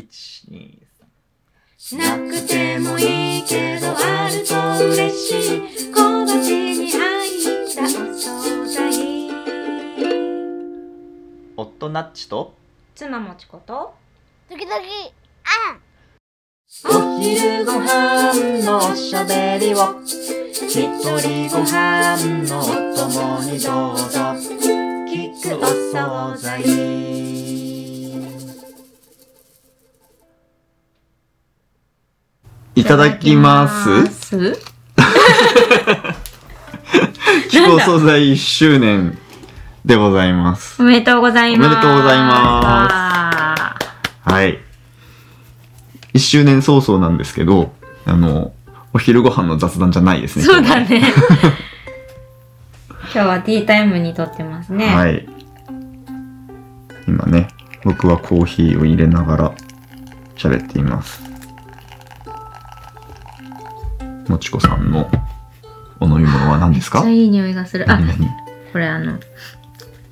一二しなくてもいいけどあると嬉しい小鉢に入ったお惣菜夫ナッチと妻もちこと時々お昼ご飯のおしゃべりを一人ご飯のお供にどうぞ聞くお惣菜いただきますす気候惣菜1周年でございますおめでとうございますおめでとうございまはい1周年早々なんですけどあのお昼ご飯の雑談じゃないですねそう だね今日はティータイムにとってますね、はい。今ね、僕はコーヒーを入れながら喋っています。もちこさんのお飲み物は何ですめかっちゃいい匂いがするあ何々これあの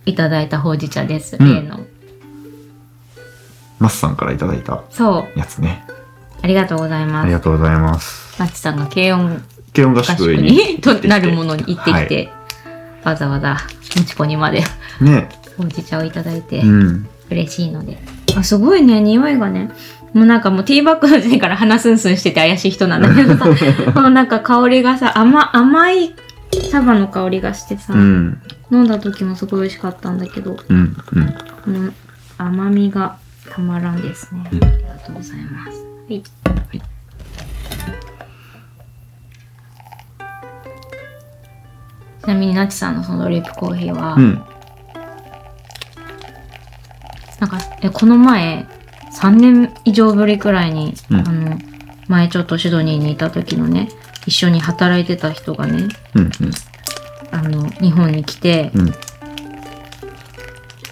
いただいたほうじ茶です、うん例のマスさんからいただいたそうやつね。ありがとうございまありすがとうございます。マッチさんが軽音軽音合合宿宿ににとなるものに行ってはきいて、わざわざもちこにまで ね、ほうじ茶をいただいてうん。 嬉しいので、あすごいね匂いがねもうなんかもうティーバッグの時点から鼻スンスンしてて怪しい人なんだけ どさこのなんか香りがさ甘甘いサバの香りがしてさ、うん、飲んだ時もすごい美味しかったんだけどうん、うん。この甘みがたまらんですね。あうんりがとうございます。はい。ちなみになちさんのそのドリップコーヒーは、うん。なんかえこの前3年以上ぶりくらいに、うんあの前ちょっとシドニーにいた時のね一緒に働いてた人がねうん、あの日本に来て、うん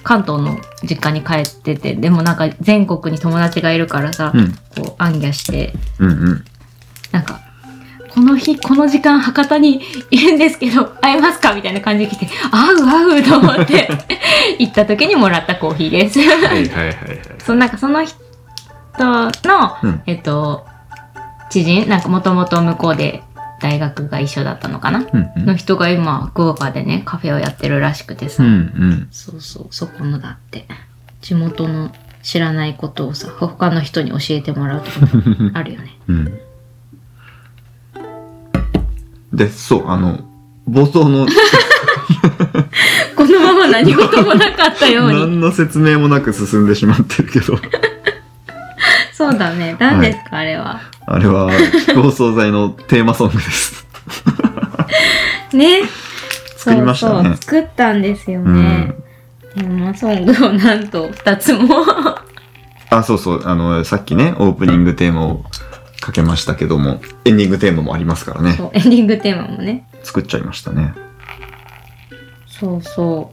関東の実家に帰っててでもなんか全国に友達がいるからさ、うん、こう、あんぎゃして、うん、うん、うん。なんか、この日、この時間、博多にいるんですけど、会えますかみたいな感じで来て、合う合うと思 って、行った時にもらったコーヒーです。は いはいはいはい。そのなんかその人の、うんえっと、知人、なんかもともと向こうで大学が一緒だったのかな、うん、うのん。人が今、福岡でね、カフェをやってるらしくてうさ、ん、そうそう、そこのだって、地元の知らないことをさ、他の人に教えてもらう とかうん。あるよね。うん。で、そう、あの、冒頭のこのまま何事もなかったように。何の説明もなく進んでしまってるけど、そうだね。何ですか、あれは。あれは、気候惣菜のテーマソングです。ね。作りましたそうそうね。作ったんですようね。ん。テーマソングをなんと2つ も。あ、そうそう、あの、さっきね、オープニングテーマをかけましたけども、エンディングテーマもありますからねそ。うエンディングテーマもね。作っちゃいましたね。そうそ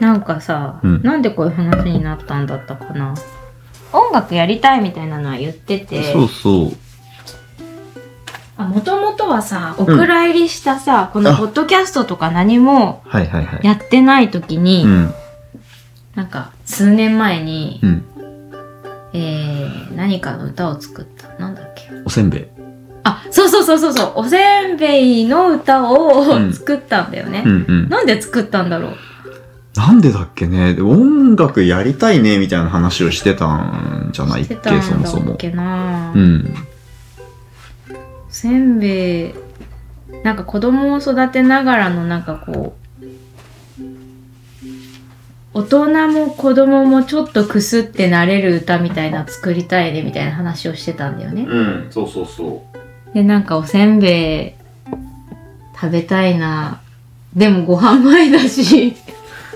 う。なんかさ、うんなんでこういう話になったんだったかな。音楽やりたいみたいなのは言ってて、そうそう。もともとはさ、お蔵入りしたさ、このポッドキャストとか何もはいはいはい。やってない時に、うん。なんか数年前に、うん。えー、何かの歌を作った。なんだっけ。おせんべい。あ、そうそうそうそうそう。おせんべいの歌うをん作ったんだよね。うんうん。なんで作ったんだろう。なんでだっけねで音楽やりたいねみたいな話をしてたんじゃないっしてけたんそもそだっも。けな。うん。おせんべい。なんか子供を育てながらのなんかこう。大人も子供もちょっとくすってなれる歌みたいな作りたいねみたいな話をしてたんだよね。うん、そうそうそでなんかおせんべい食べたいなでもご飯前だ し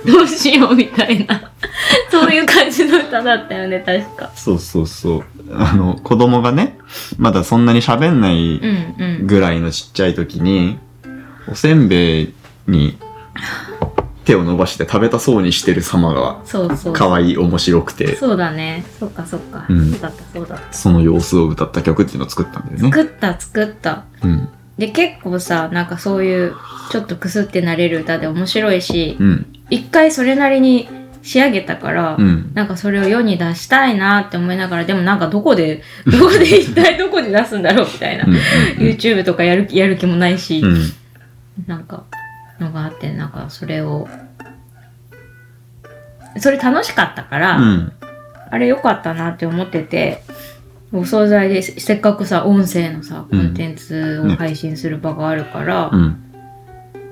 どうしようみたいな そういう感じの歌だったよね確かう。そうそうそう。あの、子供がね、まだそんなに喋んなうんいうんぐらいのちっちゃい時に、おせんべいに手を伸ばして食べたそうにしてる様がそうそう可愛い、面白くて、そうだねそっかそっか、うんそうだったそうだったその様子を歌った曲っていうのを作ったんだよね。作った作ったうん。で結構さなんかそういうちょっとくすってなれる歌で面白いしうん。一回それなりに仕上げたから、うん。なんかそれを世に出したいなって思いながら、でもなんかどこで、どこで一体どこで出すんだろうみたいなう。ん YouTube とかやるやる気もないし、うんうん。うん。なんか、のがあって、なんかそれを、それ楽しかったから、うん。あれ良かったなって思ってて、お惣菜でせせっかくさ、音声のさ、コうんンテンツを配信する場があるから、うん。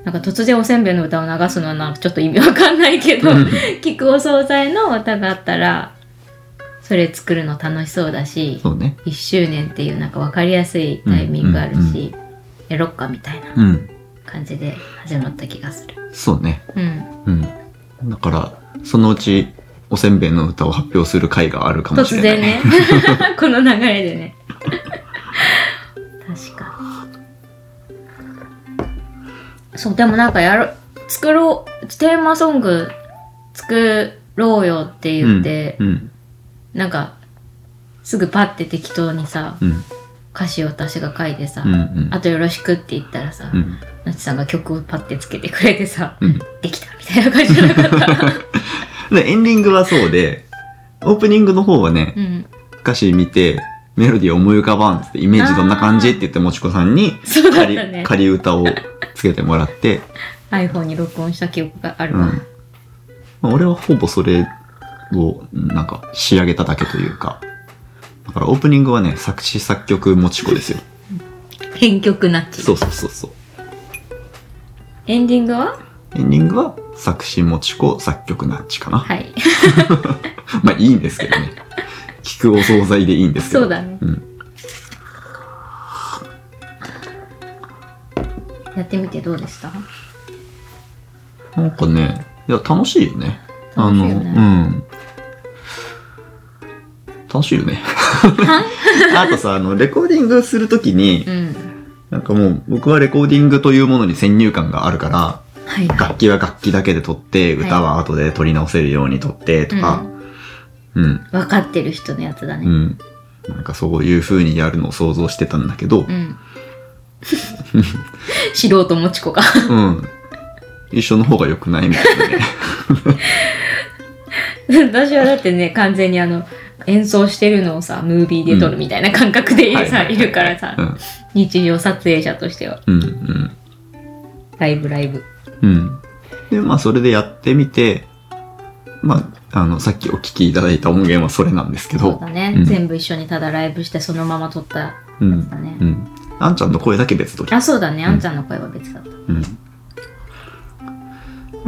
なんか突然おせんべいの歌を流すのはなんかちょっと意味わかんないけど、うん聞くお惣菜の歌があったら、それ作るの楽しそうだし、そうね。 1周年っていうなんか分かりやすいタイミングあるし、やろっかみたいなうん。感じで始まった気がする。そうね。うん。うん。だから、そのうち、おせんべいの歌を発表する回があるかもし突れない。然ね。 この流れでね。確かに。そう、でもなんかやろ、作ろう、テーマソング作ろうよって言って、うん。なんか、すぐパッて適当にさ、うん。歌詞を私が書いてさ、うん。うん。あとよろしくって言ったらさ、うん。なちさんが曲をパッてつけてくれてさ、うん。できたみたいな感じじゃな かった。で、エンディングはそうで、オープニングの方はね、うん。歌詞見て、メロディー思い浮かばんっつって、イメージどんな感じって言って、もちこさんにそうだった仮、ね。仮歌をつけてもらって、 iPhone に録音した記憶があうるんわ。。まあ、俺はほぼそれを、なんか、仕上げただけというか、だからオープニングはね、作詞作曲もちこですよ。 編曲なっち。そうそうそうそう。エンディングはエンディングは作詞もちこ、作曲なっちかな。 はい。まあいいんですけど ね。聞くお惣菜でいいんですけど。そうだね。うん。やってみてどうでしたなんかね、いや、楽しいよね。楽しいよねあの、うん。楽しいよ ね。あとさ、あの、レコーディングするときに、うん。なんかもう、僕はレコーディングというものに先入観があるから、はいはい。楽器は楽器だけで撮って、はい歌は後で撮り直せるように撮って、とか、うん、分かってる人のやつだうね。ん。なんかそういう風にやるのを想像してたんだけどう、ん。 素人もちこが。 うん。一緒の方が良くないみたいなね。私はだってね、完全にあの、演奏してるのをさ、ムービーで撮るみたいな感覚ではいさ、はいいるからさ、日常撮影者としては。うん、うん、ライブライブ。うん。うん。で、まあ、それでやってみて、まあ、あの、さっきお聞きいただいた音源はそれなんですけそうどだ、ね、うん全部一緒にただライブしてそのまま撮ったうやつんだ、ね、うん。あんちゃんの声だけ別撮り。あそうだねあんちゃんの声は別だった、うん。だ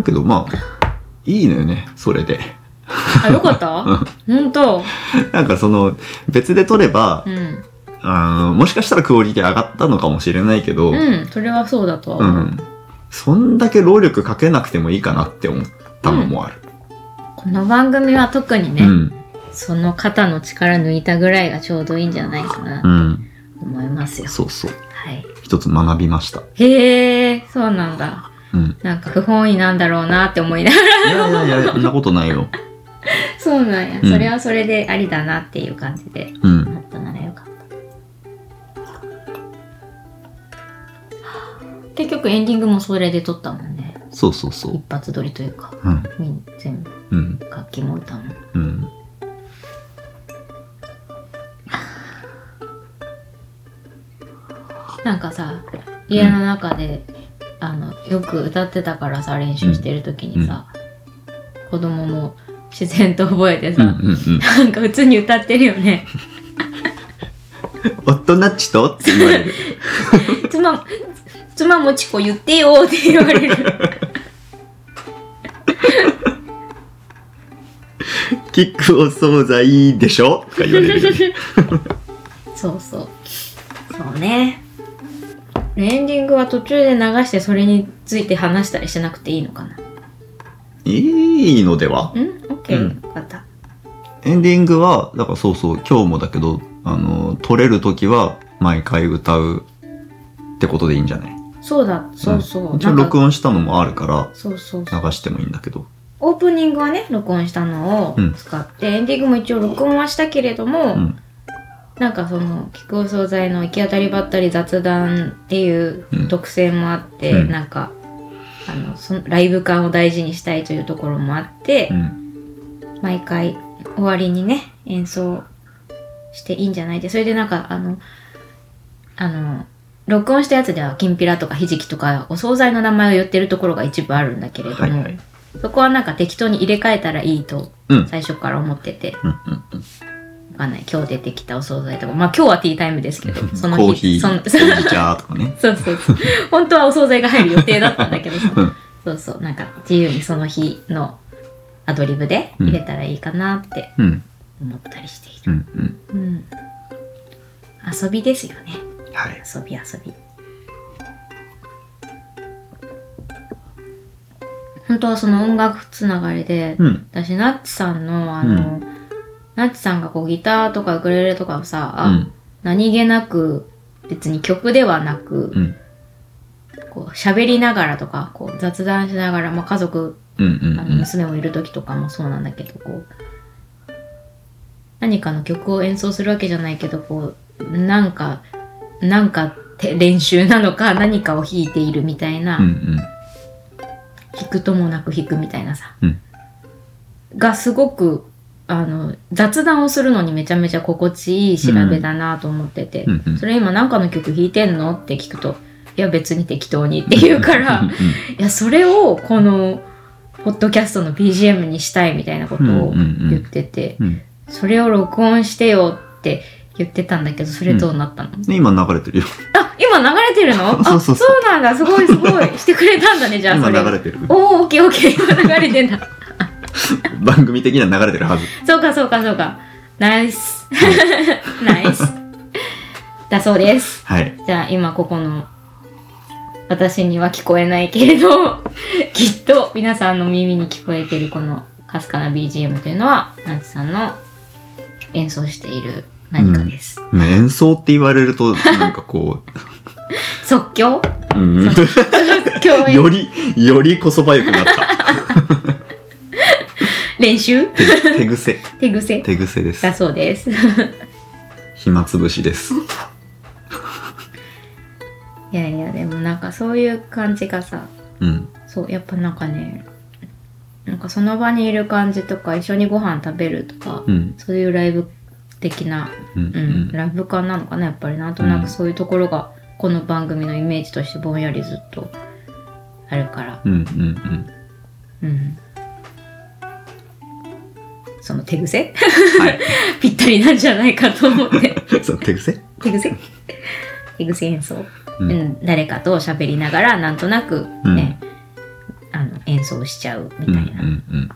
けど、まあ、いいのよね、それで。 あよかった本当なんかその、別で撮ればう、んあの、もしかしたらクオリティ上がったのかもしれないけど、うんそれはそうだとはう思う、ん。そんだけ労力かけなくてもいいかなって思ったのもある。この番組は特にね、うん。その肩の力抜いたぐらいがちょうどいいんじゃないかなうとん。思いますよ、そうそう。はい一つ学びました。へえそうなんだうん。なんか不本意なんだろうなって思いながらいやいや いや、そんなことないよ。そうなんや、うんそれはそれでありだなっていう感じでうあん。ったならよかった結局エンディングもそれで撮ったもんねそうそうそ一う。発撮りというかうん。みん全部うん。楽器も歌もうん。なんかさ家の中で、あのよく歌ってたからさ練習してる時にさ、子供も自然と覚えてうん。うさ、ん。なんか普通に歌ってるよね夫なっちとって言われる。妻妻もちこ言ってよって言われるキックお惣菜でしょとか言われるよね。そうそうそうねエンディングは途中で流してそれについて話したりしなくていいのかないいのではん ?OK、うんよかったエンディングは、だからそうそう、今日もだけど、あの、撮れるときは毎回歌うってことでいいんじゃないそうだそうそう、ん一応なんか録音したのもあるかそうそうそうら、流してもいいんだけど。オープニングはね録音したのをうん使って、エンディングも一応録音はしたけれども、うん。なんかその「聞くお惣菜」の行き当たりばったり雑談っていううん特性もあって、うんなんかあのそのライブ感を大事にしたいというところもあってう、ん。毎回終わりにね演奏していいんじゃないでそれでなんかあのあの録音したやつではきんぴらとかひじきとかお惣菜の名前を言ってるところが一部あるんだけれども、はいはいそこはなんか適当に入れ替えたらいいとうん最初から思ってて、うんうんうんわかんない今日出てきたお惣菜とかまあ今日はティータイムですけどその日コーヒー、そほのうじ茶とかね。そうそうそう。本当はお惣菜が入る予定だったんだけどさ、うんそうそう、なんか自由にその日のアドリブで入れたらいいかなってうん、思ったりしていうん、うる。ん。うん。遊びですよね。はい。遊び遊び。本当はその音楽つながりで、うん、私、ナッチさんの、あの、ナッチさんがこうギターとかウクレレとかをさ、うあん、何気なく、別に曲ではなく、うん、こう喋りながらとかこう雑談しながら、まあ、家族うん、うんあの娘もいる時とかもそうなんだけどこう何かの曲を演奏するわけじゃないけどこうなんかなんかて練習なのか何かを弾いているみたいな、うん、うん、弾くともなく弾くみたいなさ、うんがすごくあの雑談をするのにめちゃめちゃ心地いい調べだなと思ってて、うんうんそれ今何かの曲弾いてんのって聞くといや別に適当にって言うからうん、いやそれをこのポッドキャストの BGM にしたいみたいなことをうんうんうん言ってて、うんうんそれを録音してよって言ってたんだけどそれどうなったの、で、今流れてるよ。あ今流れてるの そうそうそあそうなんだすごいすごいしてくれたんだねじゃあ今それ流れてる。おおオッケーオッケー今流れてんだ番組的には流れてるはず。そうかそうかそうかナイス ナイスだそうですはい。じゃあ今ここの私には聞こえないけれど きっと皆さんの耳に聞こえてるこのかすかな BGM というのはナツさんの演奏している何かです、ね演奏って言われると、なんかこ即興 う、うん、即興演より、よりこそばゆくなった。練習手手癖。手癖手癖ですだ。そうです い暇つぶしです。やいやでもなんかそういう感じがさうん。そうやっぱなんかねなんかその場にいる感じとか一緒にご飯食べるとか、うん。そういうライブ的なううんん、。ライブ感なのかなやっぱりなんとなくそういうところがこの番組のイメージとしてぼんやりずっとあるから、うん。うん。うん。うん、その手癖 はい。ぴったりなんじゃないかと思って そう、手癖手癖手癖演奏、ううんん誰かと喋りながらなんとなくね、あの演奏しちゃうみうたん。ういんな、。うん。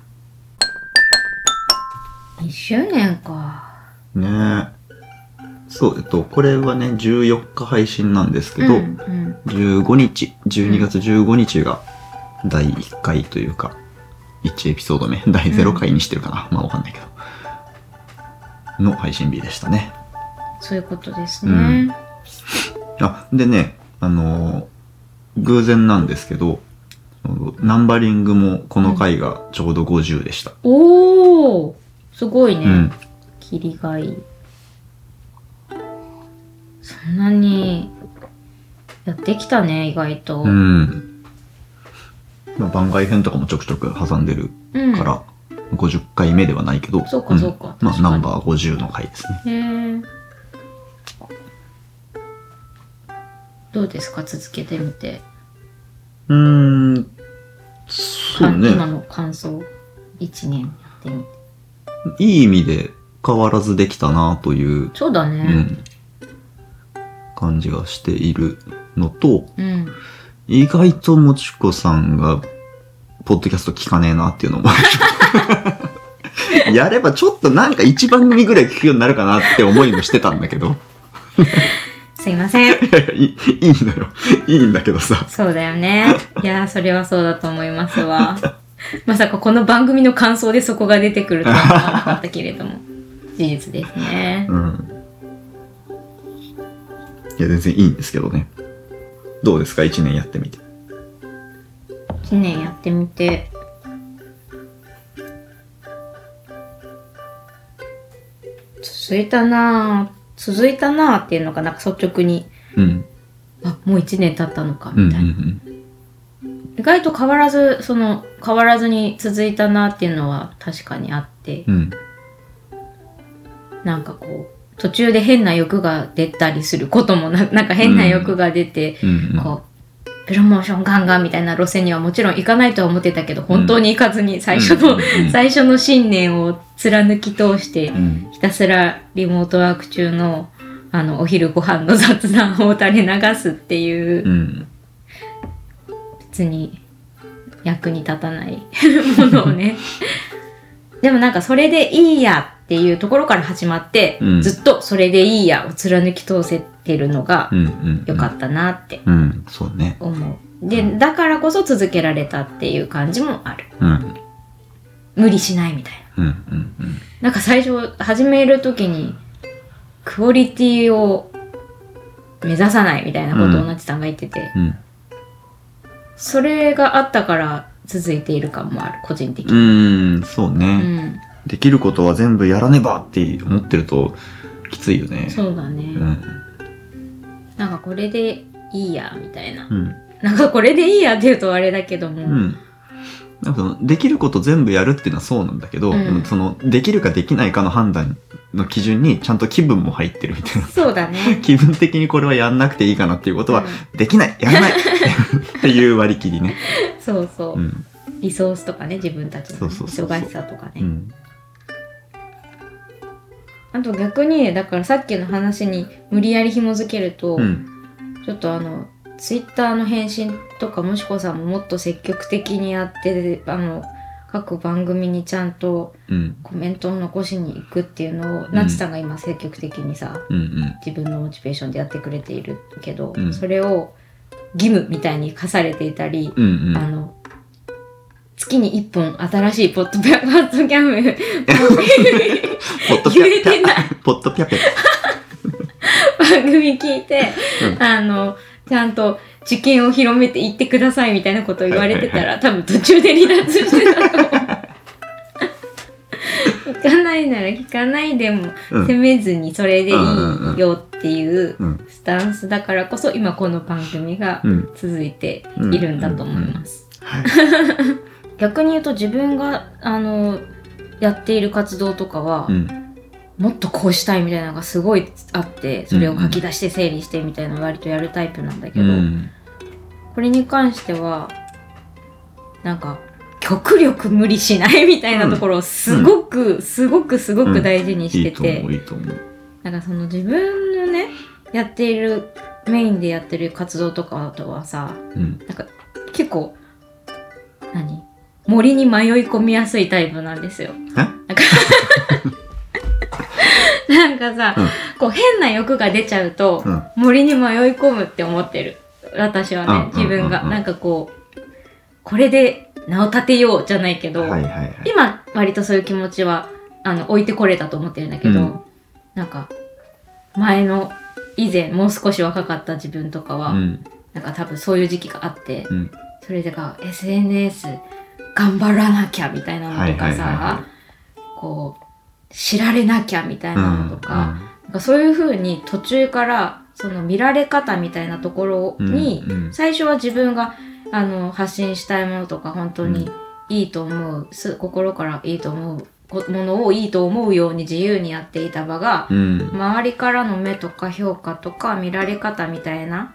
1周年かねえ。そう、えっと、これはね、14日配信なんですけど、うんうん15日、12月15日が第1回というか、1エピソード目、第0回にしてるかな、まあわかんないけど、の配信日でしたね。そういうことですね、うんあ、でね、あのー偶然なんですけど、そのナンバリングもこの回がちょうど50でした。おおすごいね、うん。霧がいいそんなにやってきたね意外と、ううんん。まあ番外編とかもちょくちょく挟んでるから、50回目ではないけど、そうかそうかんまあ確かにナンバー50の回ですね。へえどうですか続けてみて、うーん、そうかね。今の感想1年やってみていい意味で変わらずできたなという、そうだうねん、感じがしているのと、うん、意外ともちこさんが、ポッドキャスト聞かねえなっていうのも。 やればちょっとなんか一番組ぐらい聞くようになるかなって思いもしてたんだけど。すいませんいやいやいいいいのよ。いいんだけどさ。そうだよねいやーそれはそうだと思いますわ まさかこの番組の感想でそこが出てくるとは思わなかったけれども事実ですねうん。いや、全然いいんですけどね。どうですか一年やってみて。 1年やってみて続いたなぁ続いたなぁっていうのがなんか率直にうん。あもう1年経ったのかうんうんうみたいな、ん。意外と変わらずその変わらずに続いたなっていうのは確かにあって、うん。なんかこう途中で変な欲が出たりすることもななんか変な欲が出て、うん。まあこうプロモーションガンガンみたいな路線にはもちろん行かないとは思ってたけど本当に行かずに最初うの、んうんうん 最初の信念を貫き通してうん。ひたすらリモートワーク中のあのお昼ご飯の雑談を垂れ流すっていう。うん。別に役に立たない ものをねでもなんかそれでいいやっていうところから始まって、うんずっとそれでいいやを貫き通せてるのがうん。うん。良かったなってた。うん。そうね。思うでだからこそ続けられたっていう感じもあるうん。無理しないみたいなうん。うん。うん。なんか最初始める時にクオリティを目指さないみたいなことをなっちさんが言ってて、うん。それがあったから続いている感もある個人的うに、ーん、そううね、ん、できることは全部やらねばって思ってるときついよね。そうだね、うん。なんかこれでいいやみたいな、うん。なんかこれでいいやっていうとあれだけども、うん。なんかそのできること全部やるっていうのはそうなんだけど、うんでもそのできるかできないかの判断の基準にちゃんと気分も入ってるみたいな。そうだね気分的にこれはやんなくていいかなっていう ことは、できないやらないっていう割り切りね。うんそうそう、うん。リソースとかね自分たちのね、そうそうそうそう忙しさとかね、うん。あと逆にだからさっきの話に無理やり紐づけると、うん。ちょっとあのツイッターの返信とかもしこさんももっと積極的にやってあの各番組にちゃんとうん。コメントを残しに行くっていうのを、んなちさんが今積極的にさ、うん。うん。自分のモチベーションでやってくれているけど、うんそれを義務みたいに課されていたり、うん。うあん。の月に1本新しいポッドキャポッ ドキャムポッドピ言えャてピないャ。ポッドピャピャ。番組聞いて、うんあのちゃんと受験を広めていってくださいみたいなことを言われてたら、多分途中で離脱してたと思う。聞かないなら聞かないでも、うん責めずにそれでいうんうんいよっていううんスタンスだからこそ今この番組がうん。続いているんだと思います。はい。逆に言うと自分があのやっている活動とかは、うん。もっとこうしたいみたいなのがすごいあってそれを書き出して整理してみたいなの割とやるタイプなんだけうど、ん。これに関してはなんか極力無理しないみたいなところをすごく、すごくすごく大事にいしていとて、思う、いいと思う。なんかその自分のねやっているメインでやってる活動とかとはさうん。結構何森に迷い込みやすいタイプなんですよ。え なんかさ、うんこう変な欲が出ちゃうと、うん。森に迷い込むって思ってる私はね、うん自分が、うんうんうんなんかこうこれで名を立てようじゃないけど、はいはいはい。今割とそういう気持ちはあの置いてこれたと思ってるんだけど、うんなんか前の以前もう少し若かった自分とかは、うん。なんか多分そういう時期があって、うんそれでか SNS 頑張らなきゃみたいなのとかさ、はいはいはいはこう知られなきゃみたいなのとか、なんかそういうふうに途中からその見られ方みたいなところうんに、うん最初は自分があの発信したいものとか本当うにいいと思う、す心からいいと思うこものをいいと思うように自由にやっていた場が、うん。周りからの目とか評価とか見られ方みたいな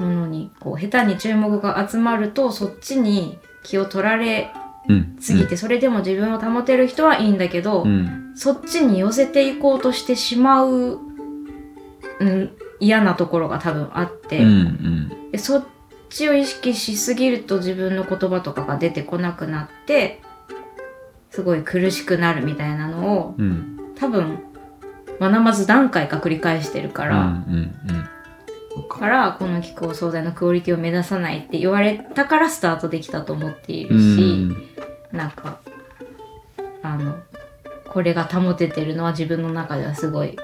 ものにこう下手に注目が集まるとそっちに気を取られうん。すぎて、それでも自分を保てる人はいいんだけど、うん。そっちに寄せていこうとしてしまう、うん、嫌なところが多分あっうて、ん。うん。でそっちを意識しすぎると自分の言葉とかが出てこなくなってすごい苦しくなるみたいなのをうん。うん。多分学ばず何回か繰り返してるか、からうん。うん。そうかからこの気候惣菜のクオリティを目指さないって言われたからスタートできたと思っているし。なんかあのこれが保ててるのは自分の中ではすごい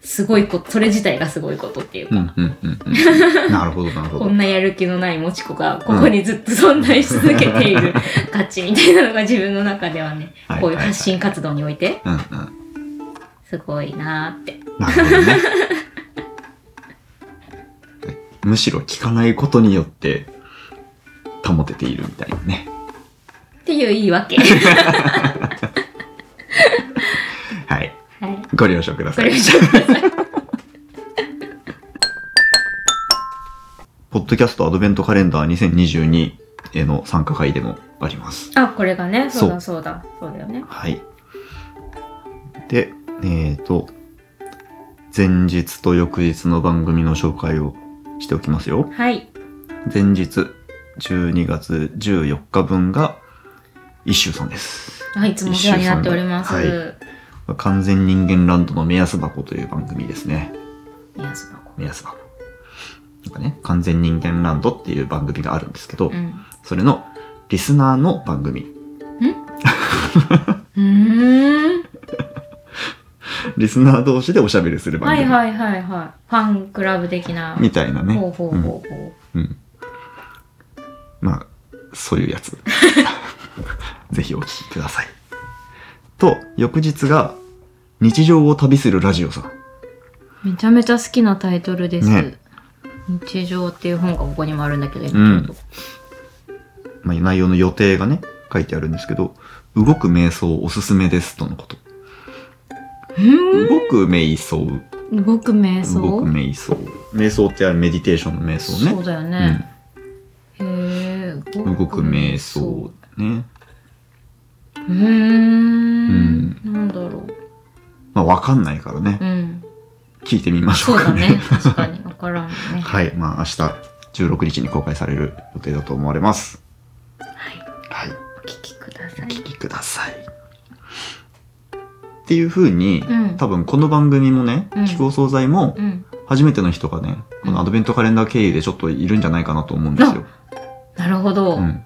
すごいことそれ自体がすごいことっていううか、ん。うん。うん。うん。なるほど、なるほこど。んなやる気のないもちこがここにずっと存在し続けてい る価値みたいなのが自分の中ではねはいこういう発信活動においてうん。うん。すごいなーってなるほどね。むしろ聞かないことによって、保てているみたいなね。っていう言い 訳。はい。はい。ご了承くだごさい了。承ください。ポッドキャストアドベントカレンダー2022への参加会でもあります。あ、これがね。そうだそうそうだ。そうだよね。はい。で、えっ、と、前日と翌日の番組の紹介をしておきますよ。はい。前日、12月14日分が、一周さんです。あいつもお世話になっております。一周完全人間ランドの目安箱という番組ですね。宮津箱。目安箱。なんかね、完全人間ランドっていう番組があるんですけど、うん。それのリスナーの番組。うーん。リスナー同士でおしゃべりする番は組。いはいはいはい。ファンクラブ的な。みたいなね。ほうほううんほうほうん。まあ、そういうやつ。 ぜひお聞きください。と、翌日が、日常を旅するラジオさん。う。めちゃめちゃ好きなタイトルです。ね日常っていう本がここにもあるんだけど、う今んちょっまあ、内容の予定がね、書いてあるんですけど、動く瞑想おすすめですとのこと。と。う動く瞑想。ん。動く瞑想。動く瞑想。瞑想ってあるメディテーションの瞑想ね。そうだよね。へえ。うん動く瞑想。ね。うーん。なんだろう。まあ、わかんないからねう。ん。聞いてみましょそううかだね。ね。確かに。わからんね。 はい、まあ明日16日に公開される予定だと思われます。はい。はい、お聞きくださおい。聞きください。っていう風に、うん多分この番組もね、うん気候惣菜もうん。初めての人がね、このアドベントカレンダー経由でちょっといるんじゃないかなと思うんですよ。なるほうど。は、ん、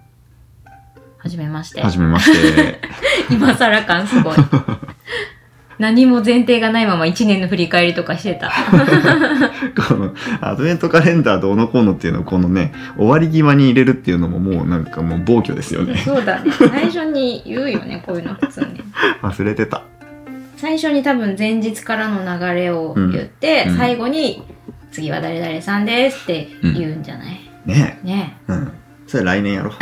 じ、めましては。じめまして。 今更感す ごい。何も前提がないまま1年の振り返りとかしてた。このアドベントカレンダーどうのこうのっていうのをこのね、終わり際に入れるっていうのももうなんかもう暴挙ですよね。 そうだね。最初に言うよね、こういうの普通ね。 忘れてた。最初に多分前日からの流れを言って、うんうん最後に次は誰々さんですって言うんじゃない、ねねえ。うん。それ来年やろう。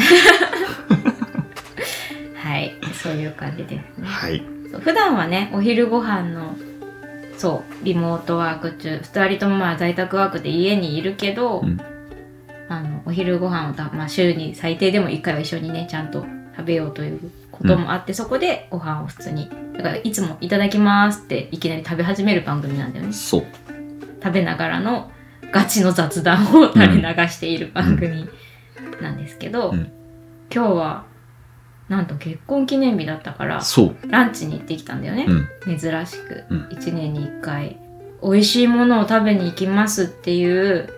はい。そういう感じですね。はい。そう普段はね、お昼ご飯の、そう、リモートワーク中、二人ともまあ在宅ワークで家にいるけど、うんあのお昼ご飯をた、まあ、週に最低でも1回は一緒にねちゃんと食べようということもあって、そこでご飯を普通にだからいつも「いただきます」っていきなり食べ始める番組なんだよねそう。食べながらのガチの雑談を垂れ流している番組なんですけど、うん今日はなんと結婚記念日だったからそう。ランチに行ってきたんだよねう、ん。珍しくうん1年に1回美味しいものを食べに行きますっていう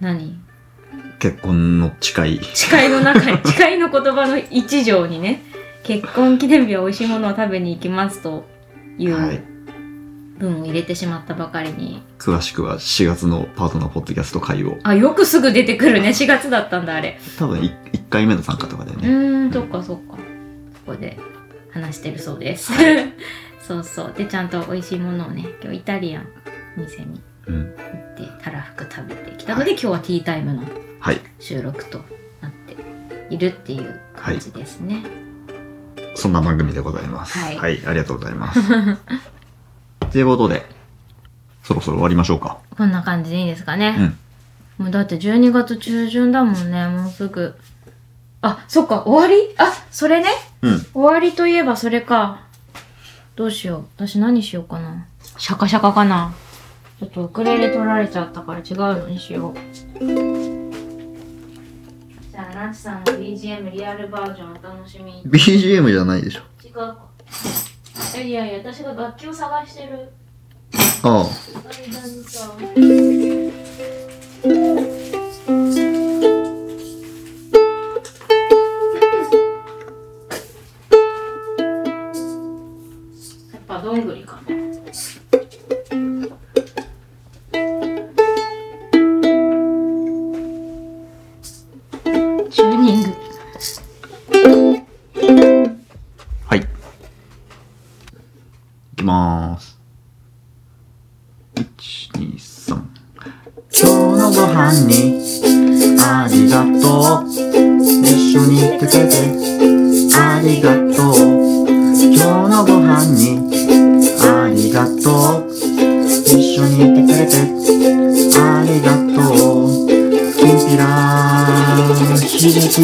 何結婚の誓い。誓いの 中に誓いの言葉の一条にね結婚記念日は美味しいものを食べに行きますといはうい。文を入れてしまったばかりに、詳しくは4月のパートナーポッドキャスト会を。あよくすぐ出てくるね4月だったんだあれ多分 1, 回目の参加とかだようね。ーんそっかそっかそこで話してるそうです そうそうでちゃんと美味しいものをね今日イタリアン店にうん。行ってたらふく食べてきたので、今日はティータイムのはい。収録となっているっていう感じですね、そんな番組でございます。はいありがとうございます。 ということで、そろそろ終わりましょうか。こんな感じでいいですかね、うん。もうだって12月中旬だもんね、もうすぐ。あ、そっか、終わりあ、それね。うん。終わりといえばそれか。どうしよう。私何しようかな。シャカシャカかな。ちょっとウクレレ取られちゃったから違うのにしよう。じゃあ、ランチさんの BGM リアルバージョンお楽しみ。違 BGM じゃないでしょ。うか。いやいや、私が楽器を探してる。ああ。間にさやっぱどんぐりかな。チューニング。はい。いきまーす。1、2、3。今日のご飯にありがとう。てくれてありがとう今日のご飯にありがとう一緒にいてくれてありがとうきんぴらひじき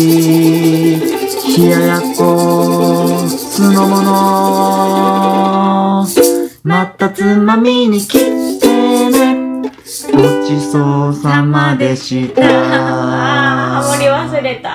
冷ややっこ酢の物またつまみに来てねごちそうさまでした ああ、盛り忘れた。